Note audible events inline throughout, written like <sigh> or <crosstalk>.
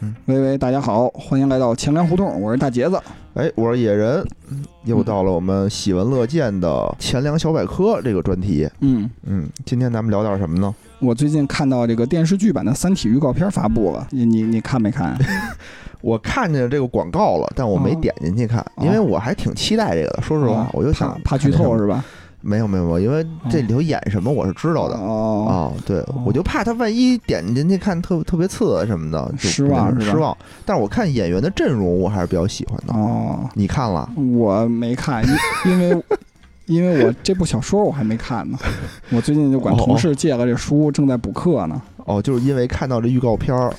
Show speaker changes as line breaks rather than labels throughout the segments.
嗯，
喂喂，大家好，欢迎来到钱粮胡同，我是大杰子。
哎，我是野人，又
嗯
到了我们喜闻乐见的钱粮小百科这个专题。
嗯，
嗯，今天咱们聊点什么呢？
我最近看到这个电视剧版的《三体》预告片发布了，你你你看没看啊？
我看见这个广告了，但我没
哦
点进去看，因为我还挺期待这个的。说实话
啊，
我就想
怕怕剧透
是？
是吧？
没有没有没有，因为这里头演什么我是知道的。
哦，
啊、对，我就怕他万一点进去看特特别次啊什么的，就
失望
不那什么
是吧
失望。但是我看演员的阵容，我还是比较喜欢的。
哦，
你看了？
我没看，因因为。因为我这部小说我还没看
<laughs>
呢，我最近就管同事借了这书，正在补课呢。
哦，就是因为看到这预告片儿，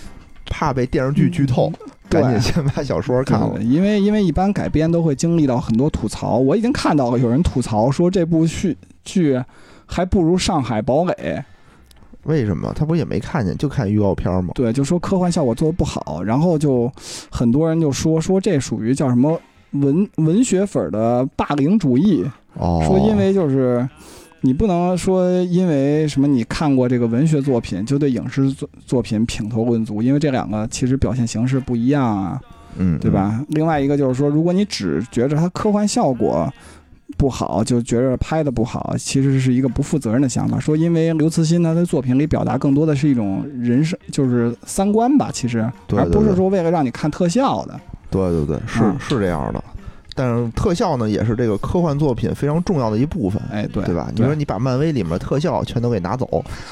怕被电视剧剧透，
嗯对
<laughs> 赶紧先把小说看了
对。因为因为一般改编都会经历到很多吐槽，我已经看到有人吐槽说这部剧剧还不如《上海堡垒》，
为什么？他不是也没看见，就看预告片儿吗？
对，就说科幻效果做的不好，然后就很多人就说说这属于叫什么文文学粉儿的霸凌主义，
哦，
说因为就是。你不能说因为什么你看过这个文学作品就对影视作作品品头论足，因为这两个其实表现形式不一样啊。
嗯，
对吧？另外一个就是说，如果你只觉着它科幻效果不好，就觉着拍的不好，其实是一个不负责任的想法。说因为刘慈欣他的作品里表达更多的是一种人生，就是三观吧，其实
对
而
对
不是
对
说为了让你看特效的。
嗯？对对对，是、
嗯
是这样的。但是特效呢，也是这个科幻作品非常重要的一部分，
哎，对，
对吧？你说你把漫威里面的特效全都给拿走，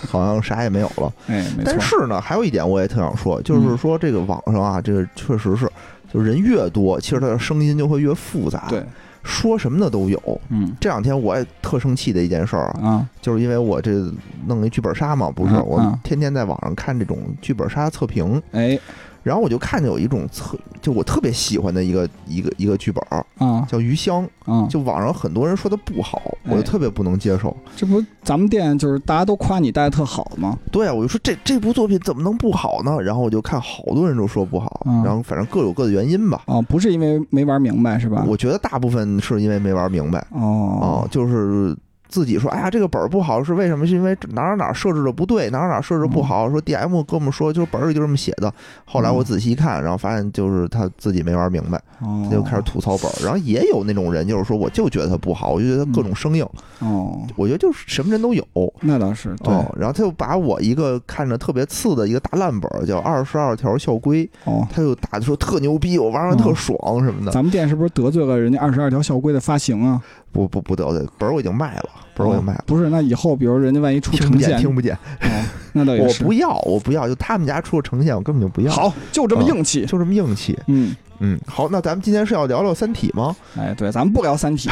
好像啥也没有了。
哎，没
但
错，嗯
是呢，还有一点我也特想说，就是说这个网上啊，这个确实是，就是人越多，其实他的声音就会越复杂，
对，，
说什么的都有。
嗯
这两天我也特生气的一件事儿啊，
啊，
就是因为我这弄一剧本杀嘛，不是，
嗯
我
嗯
天天在网上看这种剧本杀测评，
哎
然后我就看见有一种测，就我特别喜欢的一个一个一个剧本儿
啊
叫《余香》，
啊，
就网上很多人说它不好，我就
哎
特别不能接受。
这不咱们店就是大家都夸你带的特好吗？
对啊，我就说这这部作品怎么能不好呢？然后我就看好多人都说不好，
嗯
然后反正各有各的原因吧。
哦，不是因为没玩明白是吧？
我觉得大部分是因为没玩明白啊、
哦
就是自己说，哎呀，这个本儿不好是为什么？是因为哪儿哪儿设置的不对，哪儿哪儿设置不好。说 D M 跟我们说，就是本儿里就这么写的。后来我
嗯
仔细一看，然后发现就是他自己没玩明白，
哦
他，就开始吐槽本儿。然后也有那种人，就是说我就觉得他不好，我就觉得各种生硬，
哦，
我觉得就是什么人都有。
那倒是对
哦，然后他又把我一个看着特别次的一个大烂本儿，叫《二十二条校规》，
哦。
他又打的说特牛逼，我玩完特爽什么的。
咱们店是不是得罪了人家二十二条校规的发行啊？
不不不得罪，本儿我已经卖了，本儿我已经卖了，
不是，那以后比如人家万一出
听不
呈现
见，，听不见，
哦那倒也
我
是。
不要，我不要，就他们家出的呈现，我根本就不要。，
好，就这么
嗯
硬气。
就这么硬气。
嗯，
嗯，好，那咱们今天是要聊聊《三体》吗？
哎，对，咱们不聊《三
<laughs>
体》，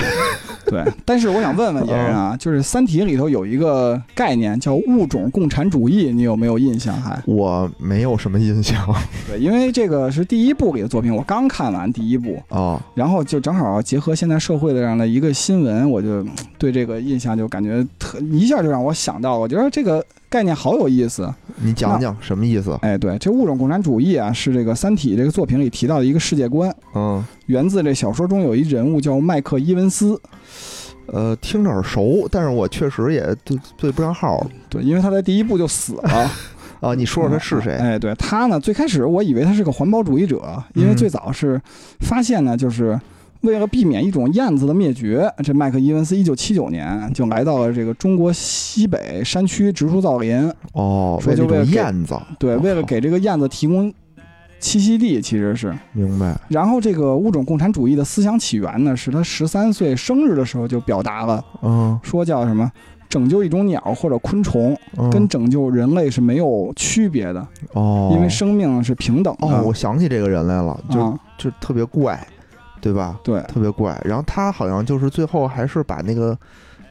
对。但是我想问问野人
嗯
啊，就是《三体》里头有一个概念叫物种共产主义，你有没有印象？还
我没有什么印象 <laughs>
对，因为这个是第一部里的作品，我刚看完第一部，
哦，
然后就正好结合现在社会的这样的一个新闻，我就嗯对这个印象就感觉特一下就让我想到，我觉得这个概念好有意思。啊
你讲讲什么意思？
哎，对，这物种共产主义啊，是这个《三体》这个作品里提到的一个世界观，
嗯，
源自这小说中有一人物叫麦克伊文斯，
呃，听着耳熟，但是我确实也对对不上号了
对，因为他在第一部就死了。
啊。你说说他是谁？
哎，对他呢，最开始我以为他是个环保主义者，因为
嗯
最早是发现呢，就是。为了避免一种燕子的灭绝，这麦克伊文斯一九七九年就来到了这个中国西北山区植树造林，
哦，
说就
为
为
了
了给
燕子，
对，为了
哦
给这个燕子提供栖息地，其实是。
明白。
然后这个物种共产主义的思想起源呢，是他十三岁生日的时候就表达了，
嗯，
说叫什么拯救一种鸟或者昆虫，
嗯
跟拯救人类是没有区别的，
哦，
因为生命是嗯平等的。
哦，我想起这个人来了，就、
啊，
就特别怪，对吧？
对
特别怪。然后他好像就是最后还是把那个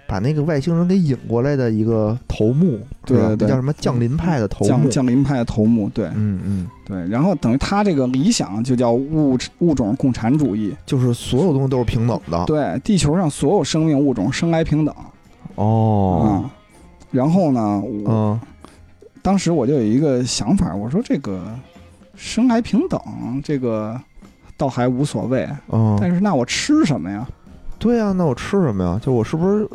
把那个外星人给引过来的一个头目，
对
是吧
对对
那叫什么降临派的头目
降？降临派的头目，对
嗯嗯，
对。然后等于他这个理想就叫物物种共产主义，
就是所有东西都是平等的。
对地球上所有生命物种生来平等啊、
哦，
然后呢，我
嗯
当时我就有一个想法，我说这个生来平等，这个倒还无所谓，
嗯，
但是那我吃什么呀？
对啊，那我吃什么呀？就我是不是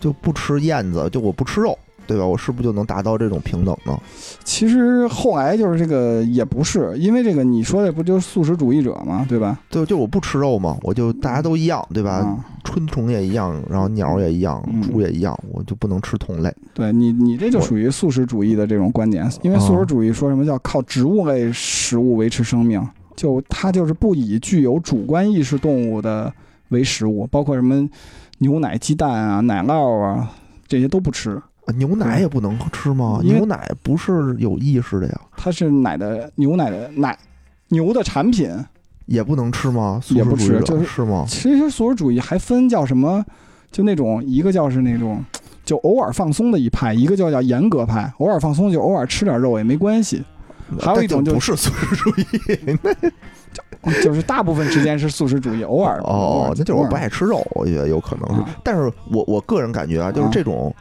就不吃燕子？就我不吃肉，对吧？我是不是就能达到这种平等呢？
其实后来就是这个也不是，因为这个你说的不就是素食主义者嘛，对吧？
对，就我不吃肉嘛，我就大家都一样，对吧？
啊，
昆虫也一样，然后鸟也一样，
嗯
猪也一样，我就不能吃同类。
对你你这就
我
属于素食主义的这种观点，因为
啊
素食主义说什么叫靠植物类食物维持生命，就它就是不以具有主观意识动物的为食物，包括什么牛奶、鸡蛋啊、奶酪啊这些都不吃。
啊牛奶也不能吃吗？
因为
牛奶不是有意识的呀，
它是奶的牛奶的奶牛的产品。
也不能吃吗？素
也
食
不
主义
吃就
者
是
是吗？
其实素食主义还分叫什么，就那种一个叫是那种就偶尔放松的一派，一个就叫严格派。偶尔放松就偶尔吃点肉也没关系， <laughs> 还有一种
但
就
不是素食主义，那
就是大部分时间是素食
<laughs>
主义， <laughs> 偶尔偶
哦
尔，
那就是
偶
我
尔
不爱吃肉，我觉得有可能是
啊。
但是我我个人感觉啊，就是
啊
这种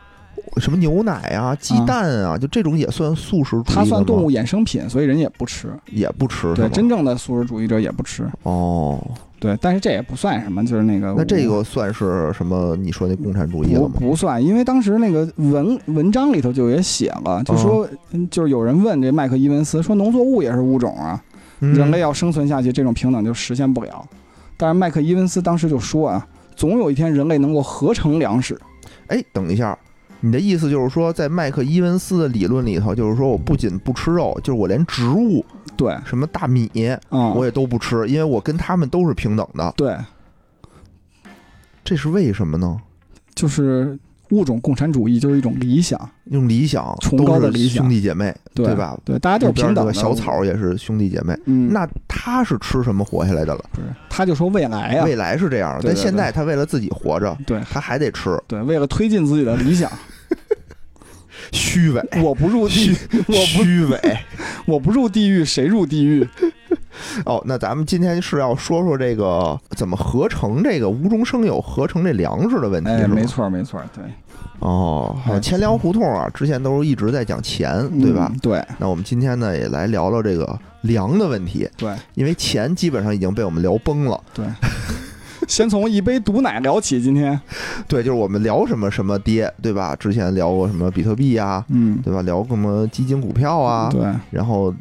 什么牛奶啊、鸡蛋啊，就这种也算素食主义的
它
吗？
算动物衍生品，所以人也不吃。
也不吃是
对，
吗？
真正的素食主义者也不吃。
哦，
对，但是这也不算什么，就是那个
那这
呃我
个算是什么？你说那共产主义了
不
吗？
不算，因为当时那个文文章里头就也写
哦
了，就说嗯就是有人问这麦克伊文斯说农作物也是物种啊，
嗯
人类要生存下去，这种平等就实现不了。但是麦克伊文斯当时就说啊，总有一天人类能够合成粮食。
哎，等一下，你的意思就是说，在麦克伊文斯的理论里头，就是说我不仅不吃肉，就是我连植物
对，
什么大米
嗯，
我也都不吃，因为我跟他们都是平等的。
对，
这是为什么呢？
就是物种共产主义就是一种理想，
用理想，
崇高的
都是
理想
兄弟姐妹，
对
对吧
对，大家就是
一边
平
这
等
个
的。
小草也是兄弟姐妹。
嗯，
那他是吃什么活下来的了？
不是，他就说未来啊，
未来是这样的，
对对
但现在他为了自己活着，
对
他还得吃，
对，为了推进自己的理
<laughs>
想，
虚 <laughs> 伪，
我不入地
虚
狱，我
虚伪。
不我不入地狱，谁入地狱？
<laughs> 哦，那咱们今天是要说说这个怎么合成这个无中生有合成这粮食的问题，
哎，
是吗
没错儿没错儿，对，
哦，好像钱粮胡同啊，之前都是一直在讲钱，对吧？
嗯对
那我们今天呢也来聊聊这个粮的问题，
对
因为钱基本上已经被我们聊崩了。
对，先从一杯毒奶聊起，今天，
对，就是我们聊什么什么跌，对吧？之前聊过什么比特币啊，
嗯，
对吧？聊过什么基金、股票啊。
对。
然后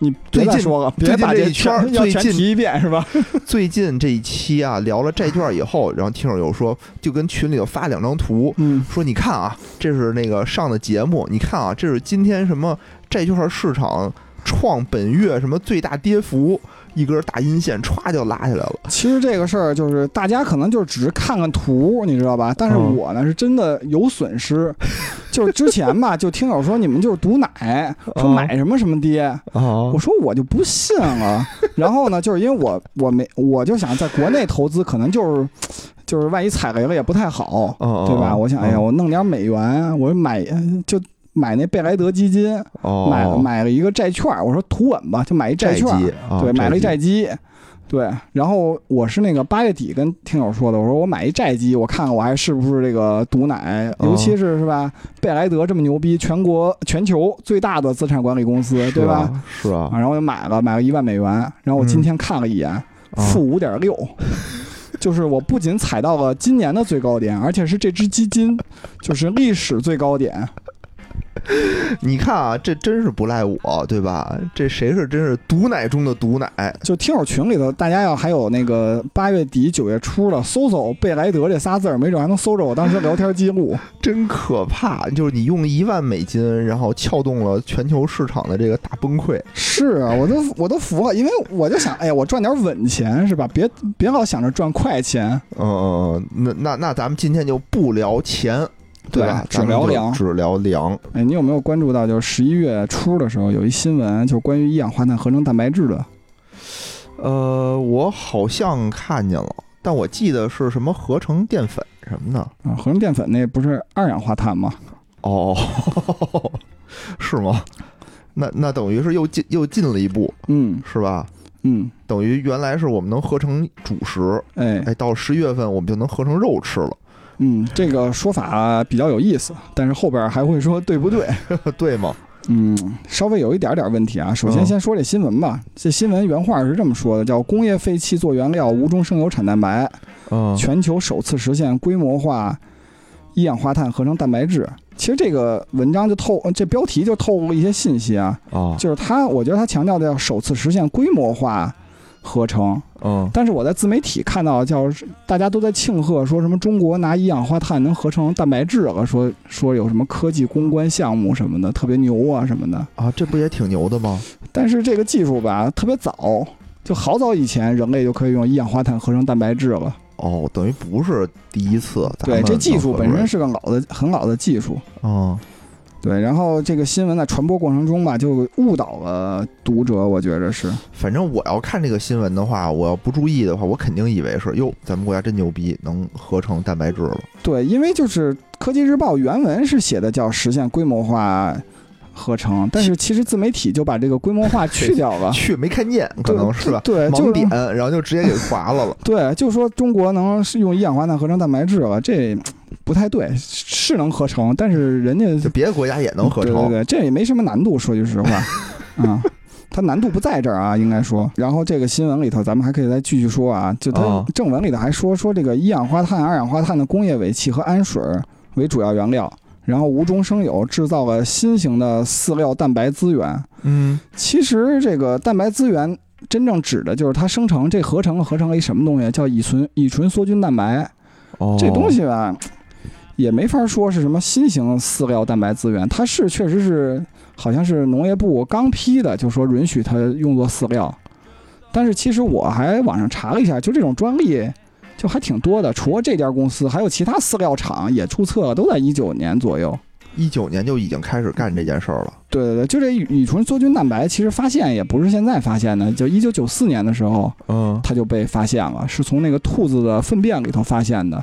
你别再
最近
说了，
最
别
近
把
这
这
一圈儿
全要
最
全
近
提一遍
<laughs>
是吧？
最近这一期啊，聊了债券以后，然后听友有说，就跟群里头发两张图，
嗯，
说你看啊，这是那个上的节目，你看啊，这是今天什么债券市场创本月什么最大跌幅，一根大阴线歘就拉下来了。
其实这个事儿就是大家可能就只是看看图，你知道吧？但是
嗯
我呢是真的有损
<laughs>
失，就是之前吧，就听友说你们就是毒奶，说
嗯
买什么什么跌，
啊
我说我就不信
<laughs>
了。然后呢，就是因为我我没我就想在国内投资，可能就是就是万一踩雷了也不太好，
哦
对吧？我想，哎呀，我弄点美元，啊我买就买那贝莱德基金，
哦，
买买了一个债券儿，我说图稳吧，就买一债券儿，
基啊
对，买了一债
债
基。对，然后我是那个八月底跟听友说的，我说我买一债基，我看看我还是不是这个毒奶，
哦
尤其是是吧，贝莱德这么牛逼，全国全球最大的资产管理公司，
基
对
是
吧？
啊？是啊
啊，，然后我就买了，买了一万美元，然后我今
嗯
天看了一眼，
啊
负五点六，就是我不仅踩到了今年的最高点，而且是这只基金就是历史最高点，
你看啊，这真是不赖我，对吧？这谁是真是毒奶中的毒奶？
就听友群里头，大家要还有那个八月底九月初了，搜搜贝莱德这仨字儿，没准还能搜着我当时聊天记录。 <laughs>
真可怕！就是你用一万美金，然后撬动了全球市场的这个大崩溃。
是啊，我都我都服了，因为我就想，哎呀，我赚点稳钱是吧？别别老想着赚快钱。
嗯嗯嗯，那那那咱们今天就不聊钱，
对啊
吧？
只聊粮
咱们就只聊粮。
哎，你有没有关注到，就是十一月初的时候有一新闻，就是关于一氧化碳合成蛋白质的？
呃，我好像看见了，但我记得是什么合成淀粉什么的。
啊，合成淀粉那不是二氧化碳吗？
哦， <laughs> 是吗？那那等于是又进又进了一步，
嗯
是吧？
嗯，
等于原来是我们能合成主食，
哎
哎，到十一月份我们就能合成肉吃了， <laughs>
嗯，这个说法比较有意思，但是后边还会说对不对？
对吗？
嗯，稍微有一点点问题啊。首先，
嗯
先说这新闻吧。这新闻原话是这么说的：叫“工业废气做原料，无中生有产蛋白，
嗯
全球首次实现规模化一氧化碳合成蛋白质。其实这个文章就透，这标题就透露了一些信息啊，
啊，
就是他，我觉得他强调的要首次实现规模化合成，
嗯
但是我在自媒体看到叫大家都在庆贺，说什么中国拿一氧化碳能合成蛋白质了，说说有什么科技攻关项目什么的特别牛啊什么的，
啊，这不也挺牛的吗？
但是这个技术吧特别早，就好早以前人类就可以用一氧化碳合成蛋白质了。
哦，等于不是第一次，咱
对，
们
这技术
能合
本
出来
身是个老的很老的技术。
嗯
对，然后这个新闻在传播过程中吧，就误导了读者，我觉着是。
反正我要看这个新闻的话，我要不注意的话，我肯定以为是哟，咱们国家真牛逼，能合成蛋白质了。
对，因为就是《科技日报》原文是写的叫实现规模化合成，但是其实自媒体就把这个规模化去掉了，
去没看见， <laughs> 可
啊对
能是吧？
对，
盲
就
点
是，
然后就直接给划了了。
对，就说中国能是用一氧化碳合成蛋白质了，这不太对，是能合成，但是人家
就别的国家也能合成，
对对对，这也没什么难度，说句
<laughs>
实话，啊、它难度不在这儿啊，应该说。然后这个新闻里头，咱们还可以再继续说啊，就它
哦
正文里头还说说这个一氧化碳、二氧化碳的工业尾气和氨水为主要原料，然后无中生有制造了新型的饲料蛋白资源。
嗯，
其实这个蛋白资源。真正指的就是它生成这合成了合成了一什么东西，叫乙醇乙醇缩菌蛋白。
哦
这东西吧，也没法说是什么新型饲料蛋白资源，它是确实是好像是农业部刚批的，就说允许它用作饲料。但是其实我还网上查了一下，就这种专利就还挺多的，除了这家公司，还有其他饲料厂也注册了，都在一九年左右。
一九年就已经开始干这件事儿了。
对对对，就这乙乙醇梭菌蛋白，其实发现也不是现在发现的，就一九九四年的时候
嗯，
它就被发现了，是从那个兔子的粪便里头发现的。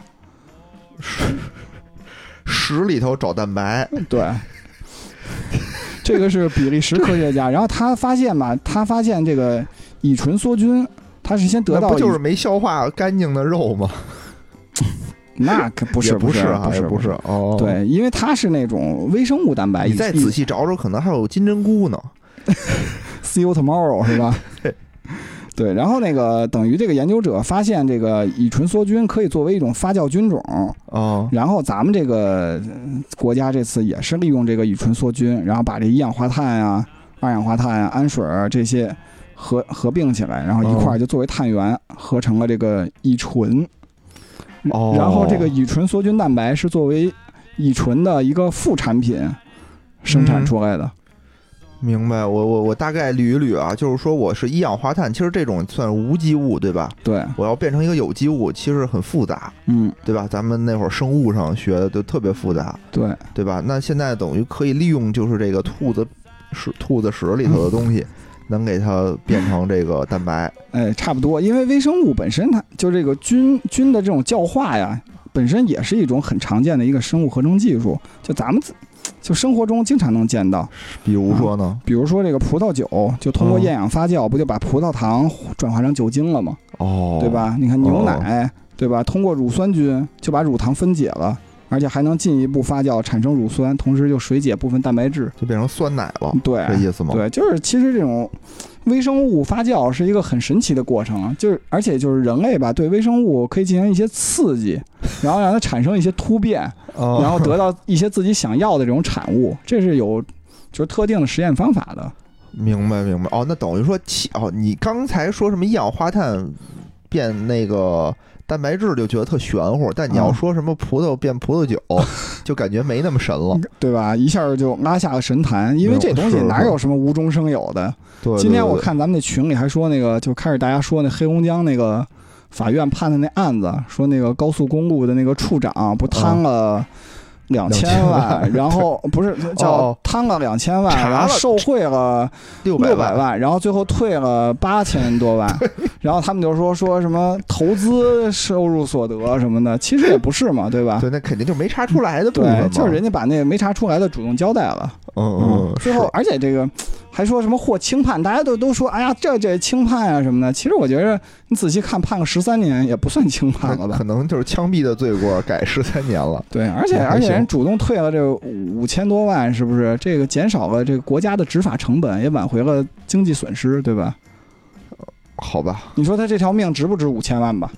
屎里头找蛋白，
<laughs> 对，这个是比利时科学家，然后他发现吧，他发现这个乙醇梭菌，他是先得
那
到
不
乙，
就是没消化干净的肉吗？
那可不
不
是
不
是
啊，
不
也
是哎
不是。哦。，
对，因为它是那种微生物蛋白，
你再仔细找找，可能还有金针菇呢。
see you tomorrow 是吧？
<laughs>
对，然后那个等于这个研究者发现这个乙醇梭菌可以作为一种发酵菌种，
哦，
然后咱们这个呃国家这次也是利用这个乙醇梭菌，然后把这一氧化碳啊、二氧化碳啊、氨水啊这些合合并起来，然后一块儿就作为碳源合成了这个乙醇。
哦
然后这个乙醇梭菌蛋白是作为乙醇的一个副产品生产出来的。
明白。我我我大概捋一捋啊，就是说我是一氧化碳，其实这种算无机物对吧？
对，
我要变成一个有机物，其实很复杂，
嗯，
对吧？咱们那会儿生物上学的就特别复杂，
对，
对吧？那现在等于可以利用就是这个兔子屎、兔子屎里头的东
嗯
西，能给它变成这个蛋白。
哎，差不多，因为微生物本身它就这个菌菌的这种教化呀，本身也是一种很常见的一个生物合成技术，就咱们自就生活中经常能见到，
比如说呢？
比如说这个葡萄酒，就通过
嗯
厌氧发酵，不就把葡萄糖转化成酒精了吗？
哦，
对？吧？你看牛奶，对吧？通过乳酸菌就把乳糖分解了，而且还能进一步发酵产生乳酸，同时又水解部分蛋白质。
就变成酸奶了，
对，
这意思吗？，
对，就是其实这种微生物发酵是一个很神奇的过程，啊就是而且就是人类吧，对微生物可以进行一些刺激，然后让它产生一些突变，
<laughs> 哦、
然后得到一些自己想要的这种产物，这是有就是特定的实验方法的。
明白明白。哦，那等于说气哦，你刚才说什么一氧化碳变那个蛋白质就觉得特玄乎，但你要
啊
说什么葡萄变葡
<laughs>
萄酒，就感觉没那么神了。
对吧？一下就拉下了神坛，因为这东西
哦没有
哪
是
有什么无中生有的？
对，对
今天
对
我
对
看咱们那群里还说那个，就开始大家说那黑龙江那个法院判的那案子，说那个高速公路的那个处长不贪了
啊
两千
2000
万，然后不
<laughs>
是叫
哦
贪了两千万，
查
然后
了
受贿了
六
六
百
百
万，
万，然后最后退了八千多
<laughs>
万，然后他们就说说什么投资收入所得什么的，其实也不是嘛，对吧？
对，那肯定就没查出来的部分嘛
对，就是人家把那没查出来的主动交代了。
嗯嗯，
最后
是，
而且这个还说什么获轻判，大家都都说，哎呀，这这轻判啊什么的。其实我觉着你仔细看，判个十三年也不算轻判了
那
吧？
可能就是枪毙的罪过改十三
<laughs>
年了。
对，而且
还
而且人
行
主动退了这五千多万，是不是？这个减少了这个国家的执法成本，也挽回了经济损失，对吧？
好吧，
你说他这条命值不值五千万吧？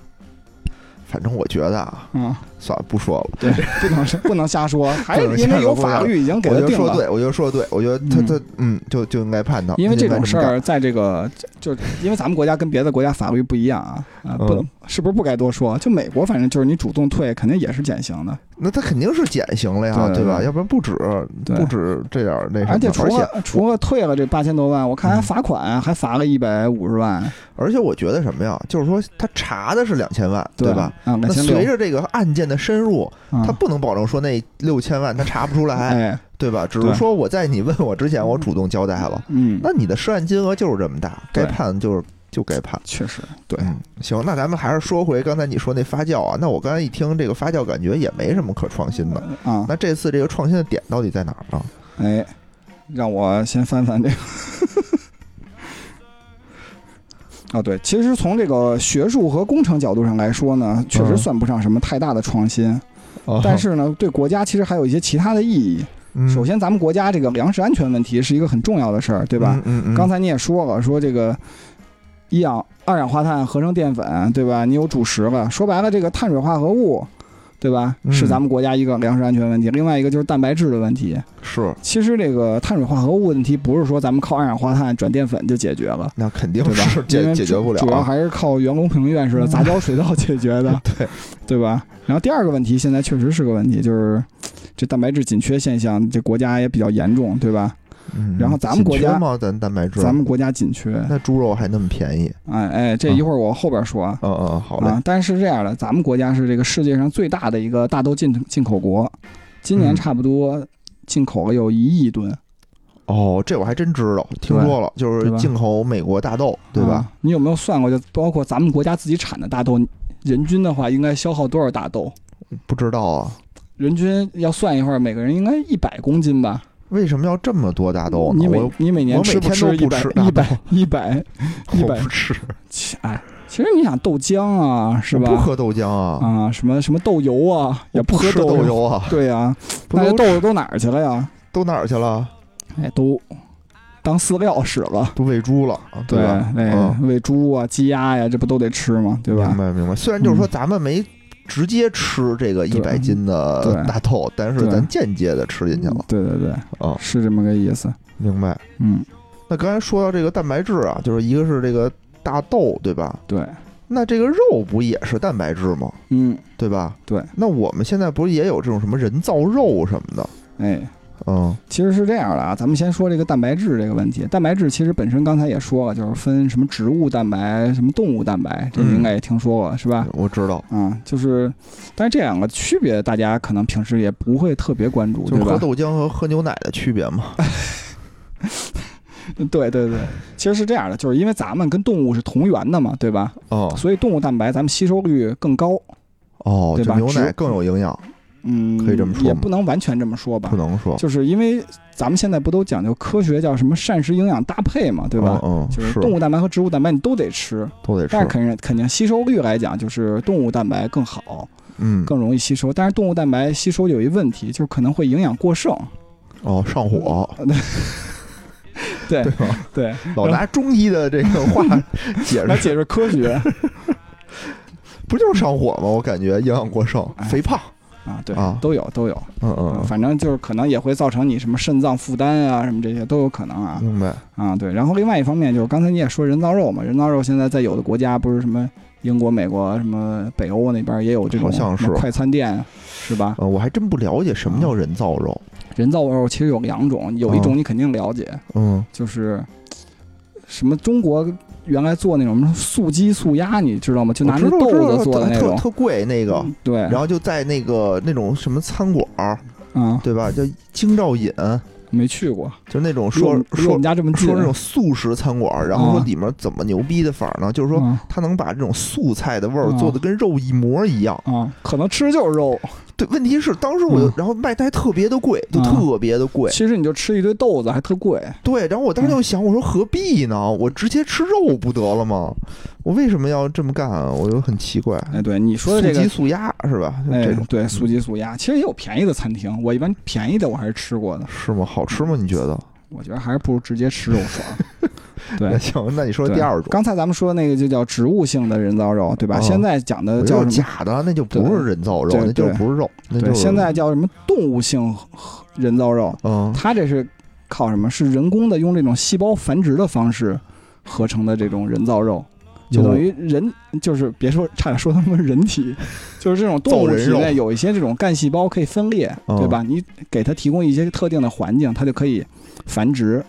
反正我觉得啊，
嗯，
算了，不说了。 <laughs>
对，不能不能瞎说，还
不能瞎
因为有
说不能
法律已经给
我
他
觉得
定
说
了。
对，我觉得说的对，我觉得他
嗯
他嗯，就就应该判他，
因为这种事
就应该么
儿，在这个就因为咱们国家跟别的国家法律不一样啊，啊、不
嗯
能是不是不该多说？就美国，反正就是你主动退，肯定也是减刑的，
干，那他肯定是减刑了呀，
对对
吧？
对
要不然不止
对
不止这点儿那什么，
而且除
而且
了除了退了这八千多万，我
嗯
看还罚款，还罚了一百五十万，
而且我觉得什么呀，就是说他查的是两千万，对吧？？
啊，
那
两千
随
六，啊嗯
着这个案件的深入，他不能保证说那六千万他查不出来，
哎，
对吧？只是
对
说我在你问我之前，我主动交代了，
嗯，
那你的涉案金额就是这么大，该
对
判就是就该判。
确实对，
嗯，行，那咱们还是说回刚才你说那发酵啊。那我刚才一听这个发酵，感觉也没什么可创新的。
啊，
那这次这个创新的点到底在哪儿呢？
哎，让我先翻翻这个。 <laughs> 哦，对，其实从这个学术和工程角度上来说呢，确实
嗯
算不上什么太大的创新。但是呢，对国家其实还有一些其他的意义。
哦嗯，
首先，咱们国家这个粮食安全问题是一个很重要的事儿，对
对
吧？？
嗯嗯，
刚才你也说了，说这个一氧二氧化碳合成淀粉，对吧？你有主食了，说白了，这个碳水化合物，对吧？
嗯
是咱们国家一个粮食安全问题。另外一个就是蛋白质的问题。
是
其实这个碳水化合物问题，不是说咱们靠二氧化碳转淀粉就解决了。
那肯定
对
是
吧？因
解
为
解决
主
不了
主要
啊。
还是靠袁隆平院士的杂交水稻解决的，
<laughs> 对
对吧？然后第二个问题，现在确实是个问题，就是这蛋白质紧缺现象，这国家也比较严重，对吧？
嗯
然后咱们国家
紧缺吗？咱蛋白质，
咱们国家紧缺，
那猪肉还那么便宜？
哎哎，这一会儿我后边说啊。
嗯嗯，好嘞。
啊，但是这样的，咱们国家是这个世界上最大的一个大豆进进口国，今年
嗯
差不多进口了有一亿吨，
哦，这我还真知道，听说了，就
对
是
吧
进口美国大豆，对吧？
啊你有没有算过，就包括咱们国家自己产的大豆，人均的话应该消耗多少大豆？
不知道啊，
人均要算一会儿，每个人应该一百公斤吧？
为什么要这么多大豆呢？
你
我
每你每
我
年
每
吃不
天
吃
都
一
不
百
吃大
一
豆
百一百？一
我
百
不吃，
切哎，其实你想豆浆啊，是
我
吧？
不喝豆浆啊，
啊，什么什么豆油啊，也
我不
喝
吃豆
豆。
油啊，
对呀、
不
那
都
这豆子都哪儿去了呀？
都哪儿去了？
哎，都当饲料使了。
都喂猪了，
对，
吧？
喂、
嗯
喂猪啊、鸡鸭呀、这不都得吃吗？对吧嗯
明？白明白。虽然就是说咱们没直接吃这个一
对
百斤的
对
大豆，但是
对
咱间接的吃进去了。
对对对，
啊
是这么个意思。
明白。
嗯，
那刚才说到这个蛋白质啊，就是一个是这个大豆，对吧？
对，
那这个肉不也是蛋白质吗？
嗯，
对吧？
对。
那我们现在不是也有这种什么人造肉什么的？
哎，
嗯
其实是这样的啊，咱们先说这个蛋白质这个问题。蛋白质其实本身刚才也说了，就是分什么植物蛋白、什么动物蛋白，这你
嗯
应该也听说过、是吧？
我知道，
啊、就是，但是这两个区别大家可能平时也不会特别关注，
就是
对
喝
吧？
豆浆和喝牛奶的区别
<laughs>
嘛。
对对对，其实是这样的，就是因为咱们跟动物是同源的嘛，对吧？
哦
所以动物蛋白咱们吸收率更高。
哦，
对
就
吧
牛奶
只
更有营养，
嗯，
可以这么说吗哦
也不能完全这么说吧
不，能说
就是因为咱们现在不都讲究科学叫什么膳食营养搭配嘛，对吧？
嗯，嗯
就是是动物蛋白和植物蛋白你都得吃，
都得
但是
吃，
肯定肯定吸收率来讲，就是动物蛋白更好，
嗯，
更容易吸收。但是动物蛋白吸收有一问题，就是可能会营养过剩。
哦，上火，
对
对吧？
对，
老拿中医的这个
<laughs>
话解
来
释，
解释科
<laughs>
学
不就是上火吗？我感觉营养过剩
哎、
肥胖，
啊，对
啊，
都有都有，啊
嗯嗯
反正就是可能也会造成你什么肾脏负担啊，什么这些都有可能啊
嗯，明白。
啊，对。然后另外一方面就是刚才你也说人造肉嘛，人造肉现在在有的国家不是什么英国、美国、什么北欧那边也有这种
好像是
什么快餐店。是吧？
呃，我还真不了解什么叫人造肉。
人造肉其实有两种，有一
哦
种你肯定了解，
嗯，
就是什么中国原来做那种素鸡素鸭，你知道吗？就拿
我
那
知道
豆
我知道
子做的那
特
种
特，特贵那个。
嗯对，
然后就在那个那种什么餐馆儿，
啊，
对吧？叫京兆尹，
没去过，
就那种
离我
说
们离我
说
们家这么近，
说那种素食餐馆儿，然后说
啊
里面怎么牛逼的法儿呢？就是说
啊
他能把这种素菜的味儿
啊
做的跟肉一模一样。
啊，可能吃就是肉，
对，问题是当时我就
嗯，
然后卖的还特别的贵，就
啊
特别的贵。
其实你就吃一堆豆子，还特贵。
对，然后我
嗯
当时就想，我说何必呢？我直接吃肉不得了吗？我为什么要这么干啊？我就很奇怪。
哎，对你说
素
的这
鸡
个。
素鸭是吧？就
哎
这种，嗯
对，素鸡素鸭，其实也有便宜的餐厅，我一般便宜的我还是吃过的，
是吗？好吃吗？你觉得？ <laughs>
我觉得还是不如直接吃肉爽。对
那，行，那你说第
对
二种，
刚才咱们说那个就叫植物性的人造肉，对吧？
嗯
现在讲的
我
叫
就
什么？
假的，那就不是人造肉，
对
那就
对
是不是肉，那就
对，
是
现在叫什么动物性人造肉？
嗯
它这是靠什么？是人工的用这种细胞繁殖的方式合成的这种人造肉，就等于人就是别说差点说他们人体，就是这种动物
造人
体
肉
内有一些这种干细胞可以分裂，
嗯
对吧？你给它提供一些特定的环境，它就可以繁殖。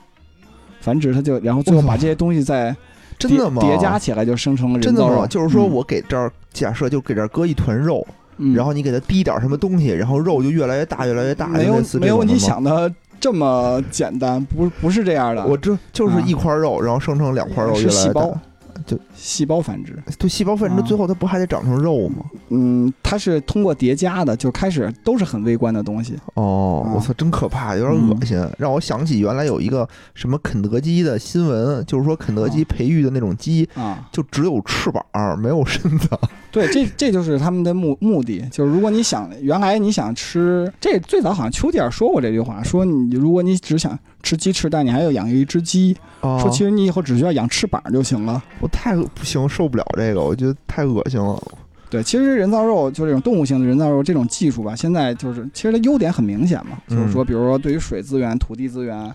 繁殖，它就然后最后
我操
把这些东西再
真的吗？
叠叠加起来，就生成了人
真的
造
吗？
肉。嗯
就是说我给这儿假设就给这儿搁一团肉，
嗯，嗯
然后你给它滴点儿什么东西，然后肉就越来越大，越来越大，
没
就
有
类似这
没有
种的
你
吗。
想的这么简单，不不是这样的。
我这就是
啊
一块肉，然后生成两块肉，越
是
来
细
越大
胞，
就
细胞繁殖。
对细胞繁
啊
殖，最后它不还得长成肉吗？
嗯，它是通过叠加的，就开始都是很微观的东西。
哦，
啊嗯
我操，真可怕，有点恶心，让我想起原来有一个什么肯德基的新闻，就是说肯德基培育的那种鸡
啊，
就只有翅膀，没有身子。
对，这这就是他们的目目的，就是如果你想原来你想吃，这最早好像丘吉尔说过这句话，说你如果你只想吃鸡翅，但你还要养一只鸡，
啊
说其实你以后只需要养翅膀就行了。
我太恶不行，受不了这个，我觉得太恶心了。
对，其实人造肉就这种动物性的人造肉这种技术吧，现在就是其实它优点很明显嘛，
嗯
就是说，比如说对于水资源、土地资源，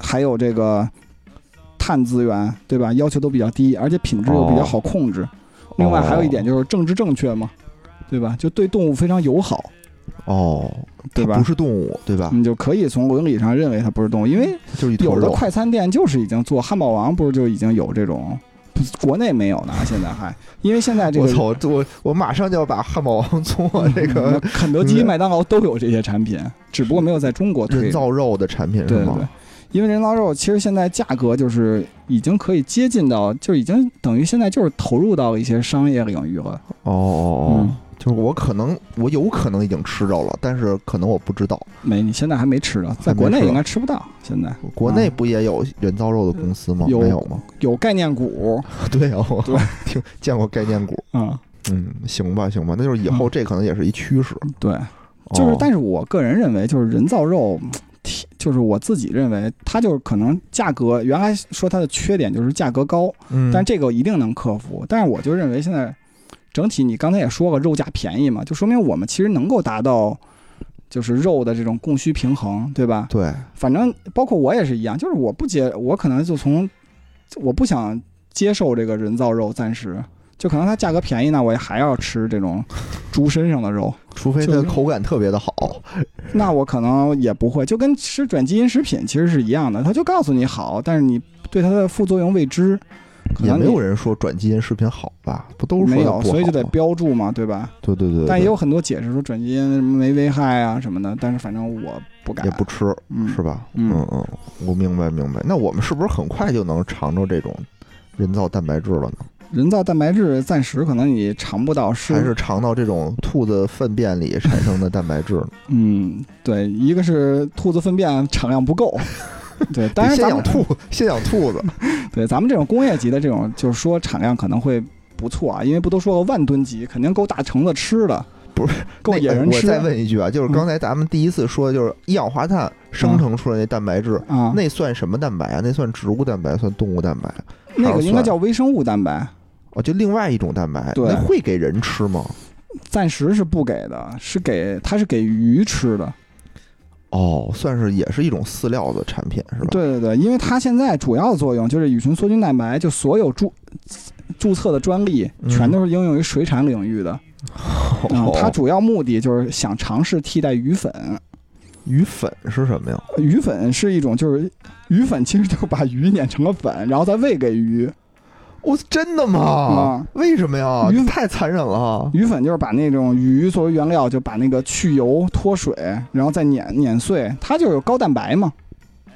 还有这个碳资源，对吧？要求都比较低，而且品质又比较
哦
好控制。另外还有一点就是政治正确嘛，对吧？就对动物非常友好，
哦，
对
它
吧
不是动物，对吧？
你就可以从伦理上认为它不是动物，因为
它就是一坨
有的
肉。
快餐店就是已经做汉堡王，不是就已经有这种。不是国内没有呢，现在还因为现在这个
我操！我我我马上就要把汉堡王从 <laughs> 我这
嗯
个
肯德基、麦当劳都有这些产品，只不过没有在中国推。
人造肉的产品
嗯对
是
对
吗
对？，因为人造肉其实现在价格就是已经可以接近到，就已经等于现在就是投入到一些商业领域了。
哦哦
嗯
哦，就是我可能我有可能已经吃着了，但是可能我不知道。
没，你现在还没吃到，在
还没
国内
吃到
应该吃不到。现在
国内不也有人造肉的公司吗？
有
没啊有吗？
有概念股，
<laughs> 对啊，我
对
<laughs> 听见过概念股。
嗯，
嗯，行吧，行吧，那就是以后这可能也是一趋势。
对，嗯就是
哦，
但是我个人认为，就是人造肉。嗯提就是我自己认为，它就是可能价格原来说它的缺点就是价格高，
嗯
但这个一定能克服。但是我就认为现在整体，你刚才也说了，肉价便宜嘛，就说明我们其实能够达到就是肉的这种供需平衡，对吧？
对，
反正包括我也是一样，就是我不接，我可能就从我不想接受这个人造肉，暂时就可能它价格便宜呢，我也还要吃这种猪身上的肉，
除非它
就是
的口感特别的好。
那我可能也不会，就跟吃转基因食品其实是一样的，它就告诉你好，但是你对它的副作用未知，可
也
能
没
你
有人说转基因食品好吧？不都是
没
说它
有，
不
所以就得
好吗
标注嘛，对吧？
对对对，对
但也有很多解释说转基因什么没危害啊什么的，但是反正我不敢，
也不吃
嗯
是吧？
嗯
嗯嗯，我明白明白。那我们是不是很快就能尝着这种人造蛋白质了呢？
人造蛋白质暂时可能你尝不到是，
还是尝到这种兔子粪便里产生的蛋白质呢？
嗯，对，一个是兔子粪便产量不
<laughs>
够，对，当
得
然
先
咱
养
们
兔，先养兔子。
对咱们这种工业级的这种，就是说产量可能会不错啊，因为不都说了万吨级，肯定够大橙子吃的，
<laughs> 不是
够
那
野
个
人
我
吃
再问一句啊，就是
嗯
刚才咱们第一次说，就是一氧化碳生成出来那蛋白质，
啊，
那算什么蛋白啊？那算植物蛋白，算动物蛋白？
那
还
个
是
应该
算
叫微生物蛋白，
哦，就另外一种蛋白，
对
那会给人吃吗？
暂时是不给的，是给它是给鱼吃的，
哦，算是也是一种饲料的产品是吧？，
对对对，因为它现在主要的作用就是乙醇梭菌蛋白，就所有注注册的专利
嗯
全都是应用于水产领域的。嗯
<laughs> 哦，
它主要目的就是想尝试替代鱼粉。
哦鱼粉是什么呀？
鱼粉是一种就是鱼粉，其实就把鱼碾成了粉，然后再喂给鱼。
我、哦真的吗？
啊
为什么呀？
鱼粉
太残忍了！啊
鱼粉就是把那种鱼作为原料，就把那个去油、脱水，然后再碾碾碎。它就有高蛋白嘛，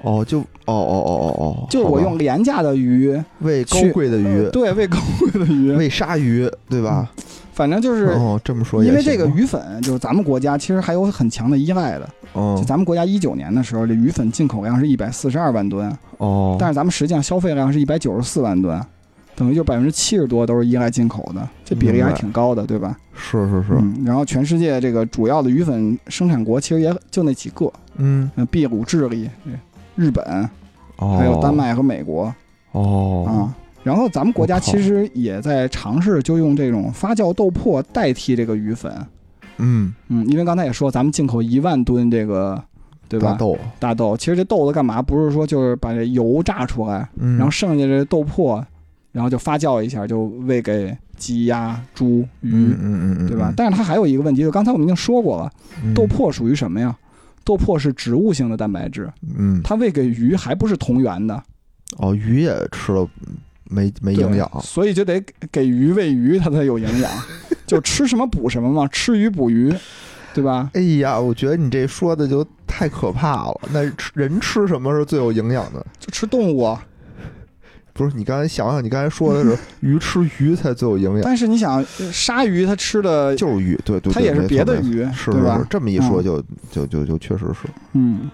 哦，就哦哦哦哦哦，
就是
好
我
吧
用廉价的鱼，
喂高
去呃
贵的鱼，
对，喂高贵的鱼，
喂鲨鱼，对吧？
反正嗯就是。
哦，这么说也
因为
行
这个
吧，
鱼粉，就是咱们国家其实还有很强的依赖的。就
嗯，
咱们国家一九年的时候，这鱼粉进口量是一百四十二万吨，
哦，
但是咱们实际上消费量是一百九十四万吨，等于就百分之七十多都是依赖进口的，这比例还
明白
挺高的，对吧？
是是是，
嗯。然后全世界这个主要的鱼粉生产国其实也就那几个，
嗯，
呃嗯，秘鲁、智利、日本，
哦
还有丹麦和美国
哦，
啊。然后咱们国家
我靠
其实也在尝试就用这种发酵豆粕代替这个鱼粉，
嗯，
嗯，因为刚才也说咱们进口一万吨这个，对吧？
大豆，
大豆，其实这豆子干嘛？不是说就是把这油榨出来，
嗯，
然后剩下这豆粕，然后就发酵一下，就喂给鸡鸭、猪、
嗯
鱼，
嗯嗯，
对吧？但是它还有一个问题，就刚才我们已经说过了，
嗯
豆，粕属于什么呀？豆粕是植物性的蛋白质，
嗯，
它喂给鱼还不是同源的，
哦，鱼也吃了没没
对
营养，
所以就得给给鱼喂鱼，它才有营
<laughs>
养。就吃什么补什么嘛，吃鱼补鱼，对吧？
哎呀，我觉得你这说的就太可怕了。那吃人吃什么是最有营养的？
就吃动物啊，
不是你刚才想想，你刚才说的是
<laughs>
鱼吃鱼才最有营养，
但是你想，呃鲨鱼它吃的，
就是鱼，对对，
它
对
也是
没错
别的
没错
鱼，
是
对
是是
吧，？
这么一说就就就就确实是。
嗯，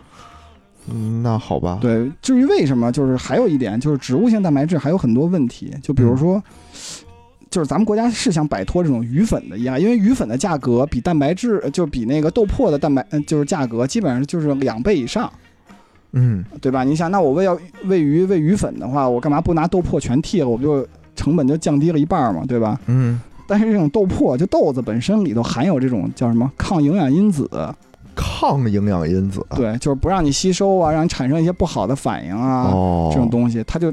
嗯，那好吧，
对。至于为什么，就是还有一点，就是植物性蛋白质还有很多问题，就比
嗯
如说，就是咱们国家是想摆脱这种鱼粉的依赖，因为鱼粉的价格比蛋白质，呃就比那个豆粕的蛋白，呃就是价格基本上就是两倍以上，
嗯，
对吧？你想，那我喂要喂鱼喂鱼粉的话，我干嘛不拿豆粕全替了？我不就成本就降低了一半儿嘛，对吧？
嗯，
但是这种豆粕，就豆子本身里头含有这种叫什么抗营养因子，
抗营养因子，
对，就是不让你吸收啊，让你产生一些不好的反应啊，
哦，
这种东西，它就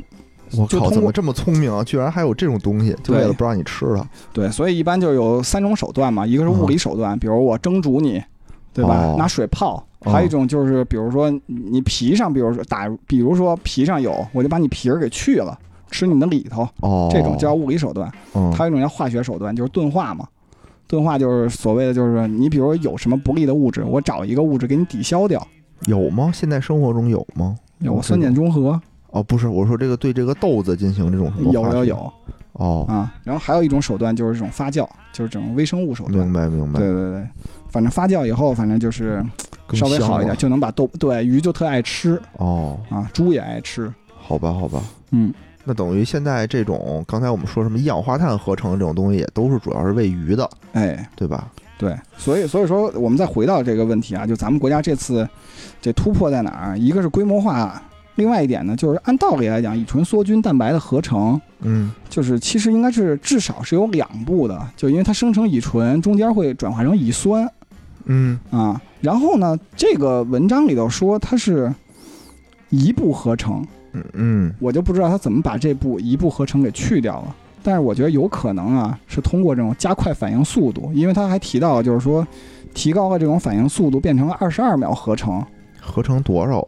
我
就
靠，
通
怎么
过
这么聪明啊？居然还有这种东西，就为
对
了不让你吃它，
对，所以一般就有三种手段嘛，一个是物理手段，比如我蒸煮你，对吧？
嗯哦
拿水泡。
哦
还有一种就是，比如说你你皮上，比如说打，比如说皮上有，我就把你皮儿给去了，吃你的里头，
哦，
这种叫物理手段。
嗯
还有一种叫化学手段，就是钝化嘛。钝化就是所谓的，就是你比如有什么不利的物质，我找一个物质给你抵消掉。
有吗？现在生活中有吗？
有
这
酸
种
碱中和，
哦，不是，我说这个对这个豆子进行这种什么
有
化
有
学
有，
哦，
啊，然后还有一种手段就是这种发酵，就是这种微生物手段
明。白明白，
对对对，反正发酵以后，反正就是
更
稍微
香
好一
了
点，就能把豆对鱼就特爱吃
哦，
啊，猪也爱吃。
好吧好吧，
嗯，
那等于现在这种刚才我们说什么一氧化碳合成的这种东西，也都是主要是喂鱼的，
哎，
对吧？
对，所以所以说我们再回到这个问题啊，就咱们国家这次这突破在哪儿？啊一个是规模化，另外一点呢，就是按道理来讲，乙醇梭菌蛋白的合成。
嗯，
就是其实应该是至少是有两步的，就因为它生成乙醇中间会转化成乙酸，
嗯，
啊。然后呢，这个文章里头说它是一步合成，
嗯嗯，
我就不知道他怎么把这步一步合成给去掉了。但是我觉得有可能啊，是通过这种加快反应速度，因为他还提到就是说，提高了这种反应速度变成二十二秒合成，
合成多少？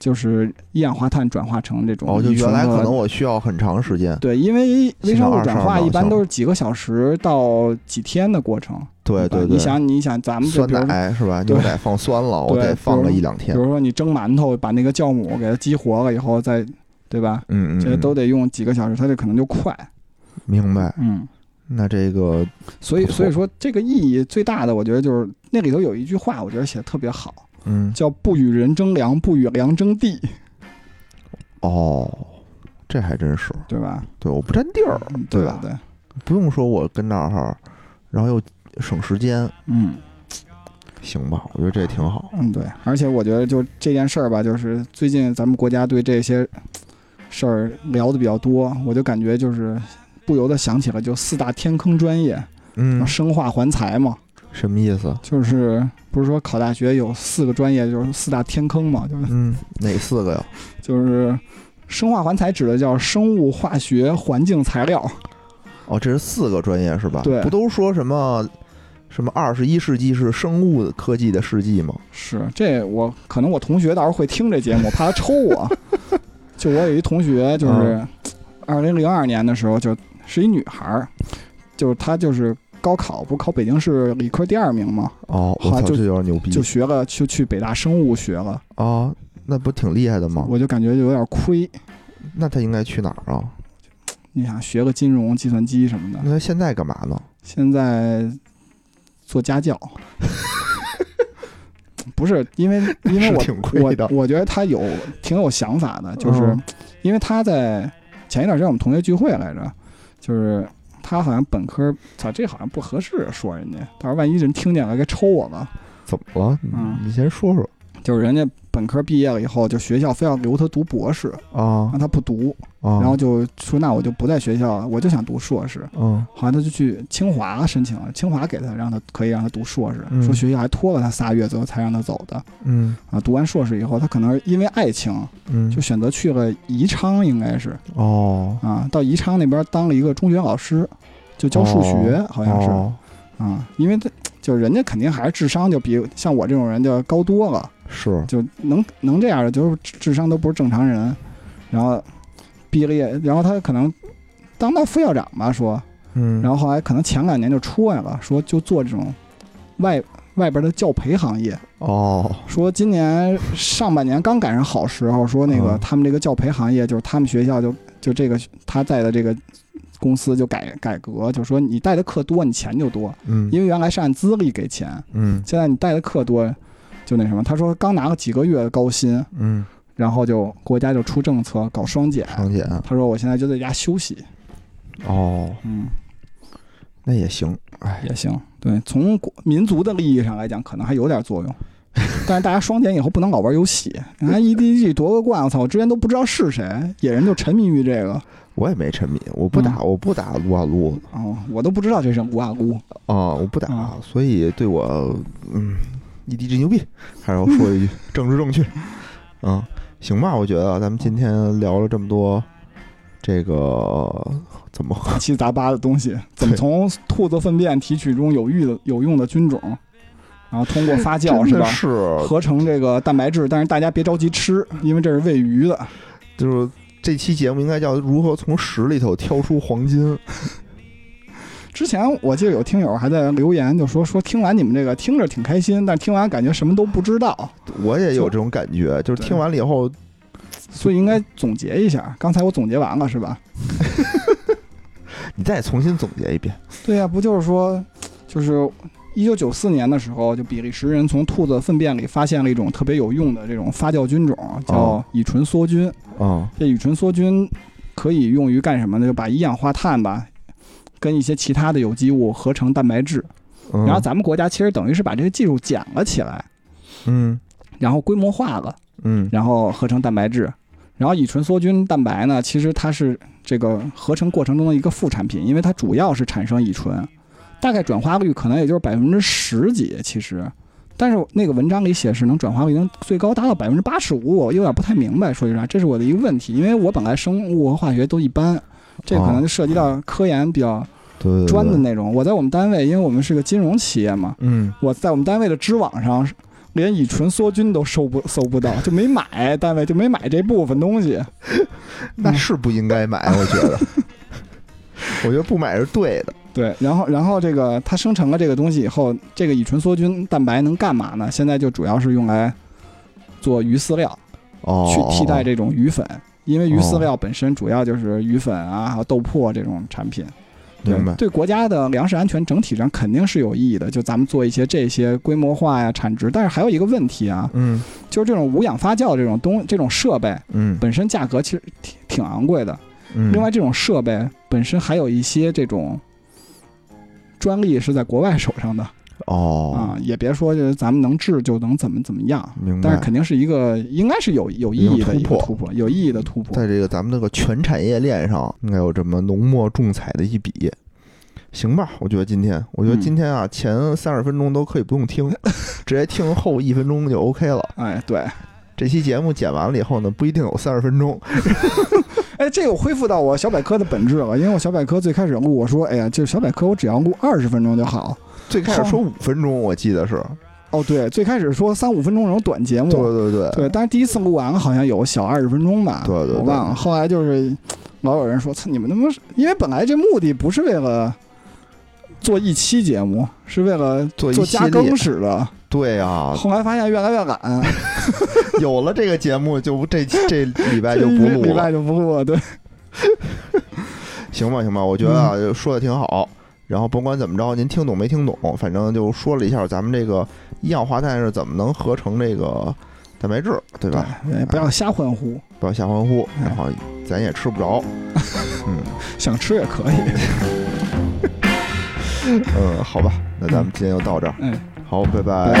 就是一氧化碳转化成这种
哦，就
乙醇
原来可
和
能我需要很长时间，
对，因为微生物转化
22
一般
秒
都是几个小时到几天的过程。
对
吧
对
你
对，
想，你想，咱们这
酸
比如说
奶是吧？
对
牛奶放酸了，我
对
得放个
比如
一两
比
天，
如说你蒸馒头，把那个酵母给它激活了以后再，对吧？
嗯嗯，
这
嗯
都得用几个小时，它这可能就快。
明白。
嗯，
那这个
所以
不错
所以说这个意义最大的，我觉得就是那里头有一句话，我觉得写的特别好，
嗯
叫“不与人争粮，不与粮争地
哦，这还真是”，，
对吧？
对，我不占地儿，
嗯
对啊
对
吧
对，
不用说我跟那儿，然后又省时间，
嗯
行吧？我觉得这也挺好。
嗯对，而且我觉得就这件事儿吧，就是最近咱们国家对这些事儿聊的比较多，我就感觉就是不由得想起了就四大天坑专业，
嗯，
生化环材嘛。
什么意思？
嗯就是不是说考大学有四个专业，就是四大天坑嘛，就是
嗯，哪四个呀？
就是生化环材指的叫生物化学环境材料，
哦，这是四个专业是吧？
对
不都说什么什么二十一世纪是生物科技的世纪吗？
是这我可能我同学到时候会听这节目，怕他抽我。 <laughs> 就我有一同学，就是二零零二年的时候，就是一女孩儿，就是她就是高考不考北京市理科第二名嘛，
哦，我
好
操，
就
这有点牛逼
就学了就去北大生物学了，
啊！那不挺厉害的吗？
我就感觉有点亏。
那他应该去哪儿啊？
你想学个金融、计算机什么的
那，他现在干嘛呢？
现在做家教， <laughs> 不是因为因为
是
我
挺亏的
我我觉得他有挺有想法的，就是
嗯
因为他在前一段时间我们同学聚会来着，就是他好像本科，操，这好像不合适啊说人家，到时候万一人听见了该抽我了。
怎么了？
嗯
你先说说。
就是人家本科毕业了以后，就学校非要留他读博士，
啊
让他不读，
啊，
然后就说那我就不在学校了，我就想读硕士。
嗯
好像他就去清华申请了，清华给他让他可以让他读硕士，
嗯
说学校还拖了他仨月，最后才让他走的。
嗯
啊，读完硕士以后，他可能因为爱情
嗯，
就选择去了宜昌，应该是
哦，
啊，到宜昌那边当了一个中学老师，就教数学，好像是、
哦
啊，因为他就人家肯定还是智商就比像我这种人就高多了，
是
就能能这样的，就是智智商都不是正常人，然后毕了业，然后他可能当到副校长吧，说，
嗯，
然后后来可能前两年就出来了，说就做这种外外边的教培行业，
哦
说今年上半年刚赶上好时候，说那个
嗯
他们这个教培行业，就是他们学校就就这个他在的这个公司就改改革，就说你带的课多，你钱就多，
嗯
因为原来是按资历给钱，
嗯
现在你带的课多，就那什么。他说刚拿了几个月的高薪，
嗯，
然后就国家就出政策搞双减，
长姐
他说我现在就在家休息，
哦，
嗯，
那也行，哎，
也行，对，从国民族的利益上来讲，可能还有点作用。
<laughs>
但是大家双减以后不能老玩游戏，你看 E EDG 夺个冠，我操！我之前都不知道是谁，野人就沉迷于这个
我也没沉迷，我
嗯
不打，我不打撸啊撸
哦，我都不知道这是无啊无。
啊，我不打
啊，
所以对我，嗯，EDG 牛逼，还是要说
<laughs>
一句政治正确，嗯，行吧，我觉得咱们今天聊了这么多，这个怎么
杂七杂八的东西，怎么从兔子粪便提取中有益的有用的菌种，然后通过发酵
真
是
的
吧？
是
合成这个蛋白质，但是大家别着急吃，因为这是喂鱼的。
就是这期节目应该叫如何从屎里头挑出
<laughs>
黄金。
之前我记得有听友还在留言，就说说听完你们这个听着挺开心，但是听完感觉什么都不知道，
我也有这种感觉，就是听完了以后，
所以应该总结一下。刚才我总结完了是吧？
你再重新总结一遍。
对呀、不就是说，就是一九九四年的时候，就比利时人从兔子粪便里发现了一种特别有用的这种发酵菌种，叫
哦
乙醇梭菌。
嗯
这乙醇梭菌可以用于干什么呢？就把一氧化碳吧，跟一些其他的有机物合成蛋白质。
嗯，
然后咱们国家其实等于是把这个技术捡了起来，
嗯
然后规模化了，
嗯
然后合成蛋白质。然后乙醇梭菌蛋白呢，其实它是这个合成过程中的一个副产品，因为它主要是产生乙醇，大概转化率可能也就是百分之十几，其实。但是那个文章里显示能转化率能最高达到百分之八十五，我有点不太明白。说句实话，这是我的一个问题，因为我本来生物和化学都一般，这可能就涉及到科研比较
对哦对对
专的内容。我在我们单位，因为我们是个金融企业嘛，
嗯
我在我们单位的知网上，连乙醇梭菌都搜不搜不到，就没买，单位就没买这部分东西。
那是不应该 <laughs> 买，我觉得。嗯我觉得不买是对的。
对，然后然后这个它生成了这个东西以后，这个乙醇梭菌蛋白能干嘛呢？现在就主要是用来做鱼饲料，
哦，
去替代这种鱼粉，因为鱼饲
哦
料本身主要就是鱼粉啊，还有豆粕这种产品。对
明白。
对国家的粮食安全整体上肯定是有意义的。就咱们做一些这些规模化呀、产值，但是还有一个问题啊，
嗯
就是这种无氧发酵这种东这种设备，
嗯
本身价格其实挺挺昂贵的。
嗯。
另外，这种设备本身还有一些这种专利是在国外手上的
哦，
啊，也别说就是咱们能治就能怎么怎么样，
明白。
但是肯定是一个应该是有有意义的一个
一个突破
突破，有意义的突破。
在这个咱们那个全产业链上，应该有这么浓墨重彩的一笔。行吧，我觉得今天，我觉得
嗯
今天啊，前三十分钟都可以不
<laughs>
用听，直接听后一分钟就 OK 了。
哎，对，
这期节目剪完了以后呢，不一定有三十分钟。
哎，这个恢复到我小百科的本质了，因为我小百科最开始录，我说，哎呀，就是小百科，我只要录二十分钟就好。
最开始说五分钟，我记得是。
哦，对，最开始说三五分钟那种短节目，
对对对，
对，但是第一次录完了好像有小二十分钟吧，
对对对
我忘了。后来就是老有人说：“操，你们他妈是！”因为本来这目的不是为了做一期节目，是为了
做一
做
系
加
列
更似的。
对啊，
后来发现越来越懒，
有了这个节目就不这这礼
<laughs>
拜就不
这礼
录了。
拜就不录了。对，
行吧行吧，我觉得啊
嗯
说的挺好。然后甭管怎么着，您听懂没听懂，反正就说了一下咱们这个一氧化碳是怎么能合成这个蛋白质，对吧？啊
对，不要瞎欢呼，
不要瞎欢呼，
哎
然后咱也吃不着。嗯
想吃也可以。
哦嗯，好吧，那咱们今天就到这儿。
哎，
好，拜
拜拜
拜。